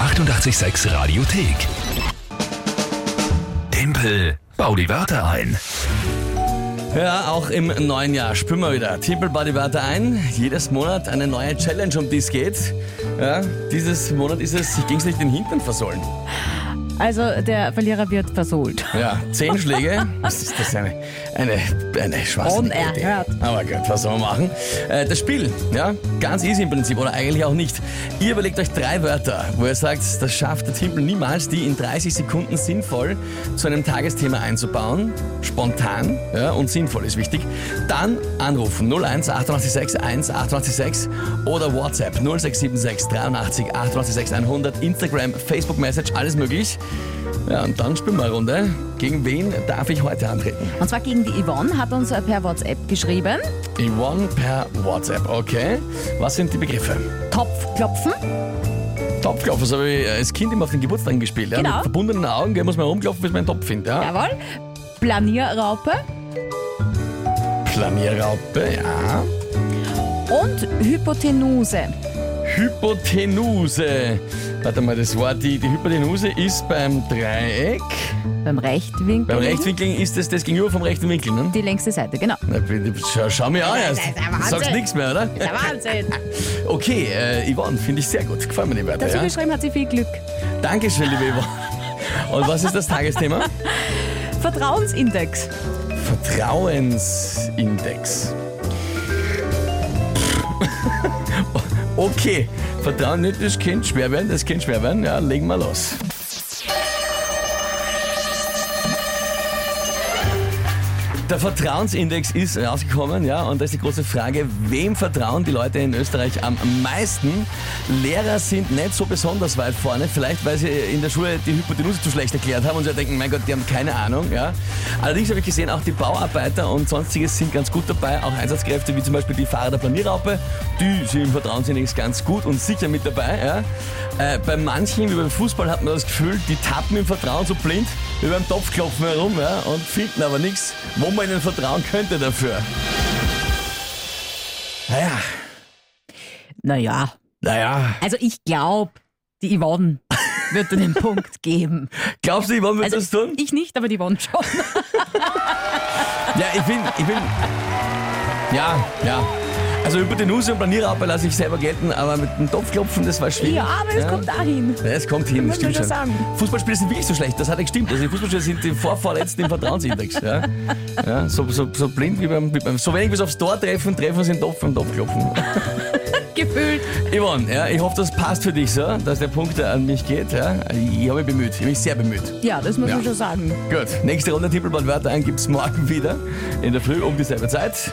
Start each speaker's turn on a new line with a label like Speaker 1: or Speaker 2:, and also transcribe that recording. Speaker 1: 886 Radiothek. Tempel, bau die Wörter ein.
Speaker 2: Ja, auch im neuen Jahr spüren wir wieder. Tippel bei die Wörter ein. Jedes Monat eine neue Challenge, um die es geht. Ja, dieses Monat ist es, ging es nicht den Hintern versohlen.
Speaker 3: Also der Verlierer wird versohlt.
Speaker 2: Ja, zehn Schläge. Das ist das eine, eine, eine schwachsinnige Idee.
Speaker 3: Unerhört.
Speaker 2: Aber gut, was soll man machen? Äh, das Spiel, ja, ganz easy im Prinzip oder eigentlich auch nicht. Ihr überlegt euch drei Wörter, wo ihr sagt, das schafft der Timpel niemals, die in 30 Sekunden sinnvoll zu einem Tagesthema einzubauen. Spontan ja, und sinnvoll ist wichtig. Dann anrufen 01 886 1886 oder WhatsApp 0676 83 886 100, Instagram, Facebook Message, alles möglich. Ja, und dann spielen wir eine Runde. Gegen wen darf ich heute antreten?
Speaker 3: Und zwar gegen die Yvonne, hat uns äh, per WhatsApp geschrieben.
Speaker 2: Yvonne per WhatsApp, okay. Was sind die Begriffe?
Speaker 3: Topfklopfen,
Speaker 2: Topfklopfen, äh, das habe ich als Kind immer auf den Geburtstagen gespielt. Ja?
Speaker 3: Genau.
Speaker 2: Mit verbundenen Augen gell, muss man herumklopfen, bis man einen Topf findet. Ja?
Speaker 3: jawohl. Planierraupe
Speaker 2: Planierraupe, ja.
Speaker 3: und Hypotenuse.
Speaker 2: Hypotenuse. Warte mal, das war die, die Hypotenuse ist beim Dreieck.
Speaker 3: Beim Rechtwinkel.
Speaker 2: Beim Rechtwinkling ist das das gegenüber vom rechten Winkel, ne?
Speaker 3: Mhm. Die längste Seite, genau.
Speaker 2: Na, bitte, schau, schau mir an erst.
Speaker 3: das ist ja Wahnsinn.
Speaker 2: Sagst nichts mehr, oder?
Speaker 3: Der Wahnsinn.
Speaker 2: Okay, äh, Yvonne, finde ich sehr gut. Gefallen mir die Wörter,
Speaker 3: Dazu
Speaker 2: ja?
Speaker 3: geschrieben hat sie viel Glück.
Speaker 2: Dankeschön, liebe Yvonne. Und was ist das Tagesthema?
Speaker 3: Vertrauensindex.
Speaker 2: Vertrauensindex. Okay, Vertrauen nicht, das könnte schwer werden, das könnte schwer werden. Ja, legen wir los. Der Vertrauensindex ist rausgekommen, ja, und da ist die große Frage, wem vertrauen die Leute in Österreich am meisten? Lehrer sind nicht so besonders weit vorne, vielleicht weil sie in der Schule die Hypotenuse zu schlecht erklärt haben und sie denken, mein Gott, die haben keine Ahnung, ja. Allerdings habe ich gesehen, auch die Bauarbeiter und sonstiges sind ganz gut dabei, auch Einsatzkräfte wie zum Beispiel die Fahrer der Planierraupe, die sind im Vertrauensindex ganz gut und sicher mit dabei, ja. Äh, bei manchen, wie beim Fußball, hat man das Gefühl, die tappen im Vertrauen so blind wie beim Topfklopfen herum, ja, und finden aber nichts, wo man ihnen vertrauen könnte dafür. Naja,
Speaker 3: Naja,
Speaker 2: naja.
Speaker 3: also ich glaube, die Yvonne wird dir den Punkt geben.
Speaker 2: Glaubst du, Yvonne wird
Speaker 3: Also
Speaker 2: das tun?
Speaker 3: ich nicht, aber die Yvonne schon.
Speaker 2: Ja, ich bin, ich bin. Ja, ja. Also über den Huse und Planierraupe lasse ich selber gelten, aber mit dem Topfklopfen, das war schwierig.
Speaker 3: Ja, aber es kommt dahin.
Speaker 2: Ja, es kommt hin,
Speaker 3: Muss man
Speaker 2: stimmt schon.
Speaker 3: schon sagen.
Speaker 2: Fußballspieler sind wirklich so schlecht, das hat ja gestimmt. Also die Fußballspieler sind die Vorvorletzten im Vertrauensindex. Ja. Ja, so, so, so blind wie beim, wie beim. So wenig bis aufs Tor treffen, treffen sie den Topf und Topfklopfen.
Speaker 3: Gefühlt.
Speaker 2: Yvonne, ja, ich hoffe, das passt für dich so, dass der Punkt da an mich geht. Ja. Ich habe mich bemüht, ich habe mich sehr bemüht.
Speaker 3: Ja, das muss
Speaker 2: Ja.
Speaker 3: man schon sagen.
Speaker 2: Gut, nächste Runde Tippelband Wörter ein gibt's morgen wieder in der Früh um dieselbe Zeit.